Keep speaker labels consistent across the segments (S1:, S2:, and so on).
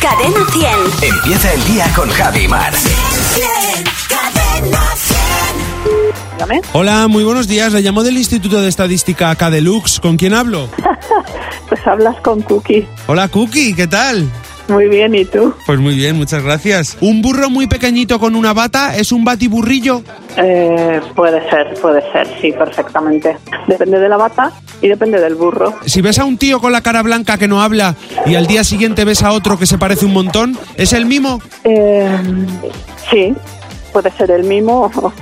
S1: Cadena 100.
S2: Empieza el día con Javi Mar.
S1: Cadena 100.
S3: Dígame.
S4: Hola, muy buenos días. Le llamo del Instituto de Estadística acá de Lux. ¿Con quién hablo?
S3: Pues hablas con Cookie.
S4: Hola, Cookie, ¿qué tal?
S3: Muy bien, ¿y tú?
S4: Pues muy bien, muchas gracias. ¿Un burro muy pequeñito con una bata es un batiburrillo?
S3: Eh, puede ser, puede ser, sí, perfectamente. Depende de la bata y depende del burro.
S4: Si ves a un tío con la cara blanca que no habla y al día siguiente ves a otro que se parece un montón, ¿es el mimo?
S3: Eh, sí, puede ser el mimo o,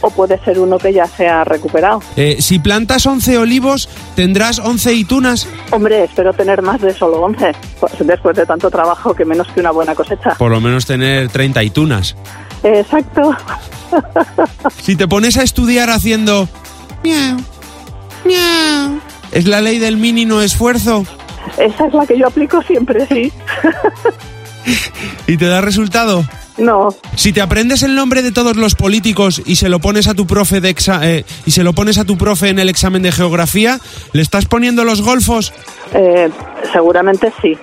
S3: o puede ser uno que ya se ha recuperado.
S4: Eh, si plantas 11 olivos, tendrás 11 itunas.
S3: Hombre, espero tener más de solo 11, pues, después de tanto trabajo que menos que una buena cosecha.
S4: Por lo menos tener 30 itunas.
S3: Eh, exacto.
S4: Si te pones a estudiar haciendo... Miau, miau. Es la ley del mínimo esfuerzo
S3: Esa es la que yo aplico siempre, sí.
S4: y te da resultado.
S3: No,
S4: Si te aprendes el nombre de todos los políticos y se lo pones a tu profe de exa- eh, y se lo pones a tu profe en el examen de geografía, le estás poniendo los golfos.
S3: Eh, seguramente sí.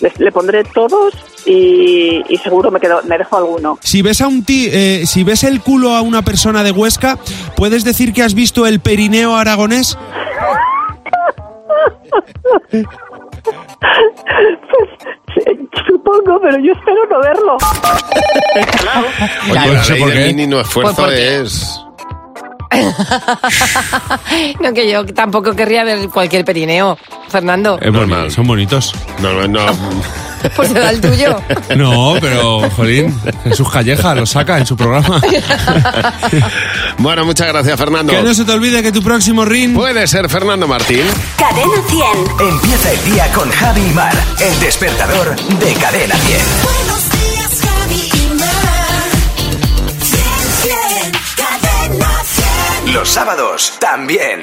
S3: Le, le pondré todos y, y seguro me quedo, me dejo alguno.
S4: Si ves a un ti- eh, si ves el culo a una persona de Huesca, puedes decir que has visto el perineo aragonés.
S3: Sí, Supongo, pero yo espero no verlo.
S5: Oye,
S6: Claro.
S5: la
S6: pues No sé
S5: ley
S6: por
S5: del
S6: qué.
S5: mínimo esfuerzo
S6: Pues porque-
S5: es...
S6: No, que yo tampoco querría ver cualquier perineo, Fernando.
S5: bueno, Normal. son
S4: bonitos.
S5: No, no, no.
S6: Pues se da el tuyo.
S4: No, pero jolín, Jesús Calleja lo saca en su programa.
S5: bueno, muchas gracias, Fernando.
S4: Que no se te olvide que tu próximo ring
S5: Puede ser Fernando Martín.
S1: Cadena 100.
S2: Empieza el día con Javi Mar. El despertador de Cadena 10.
S1: Buenos días, Javi y Mar. 100, 100, Cadena 100.
S2: Los sábados también.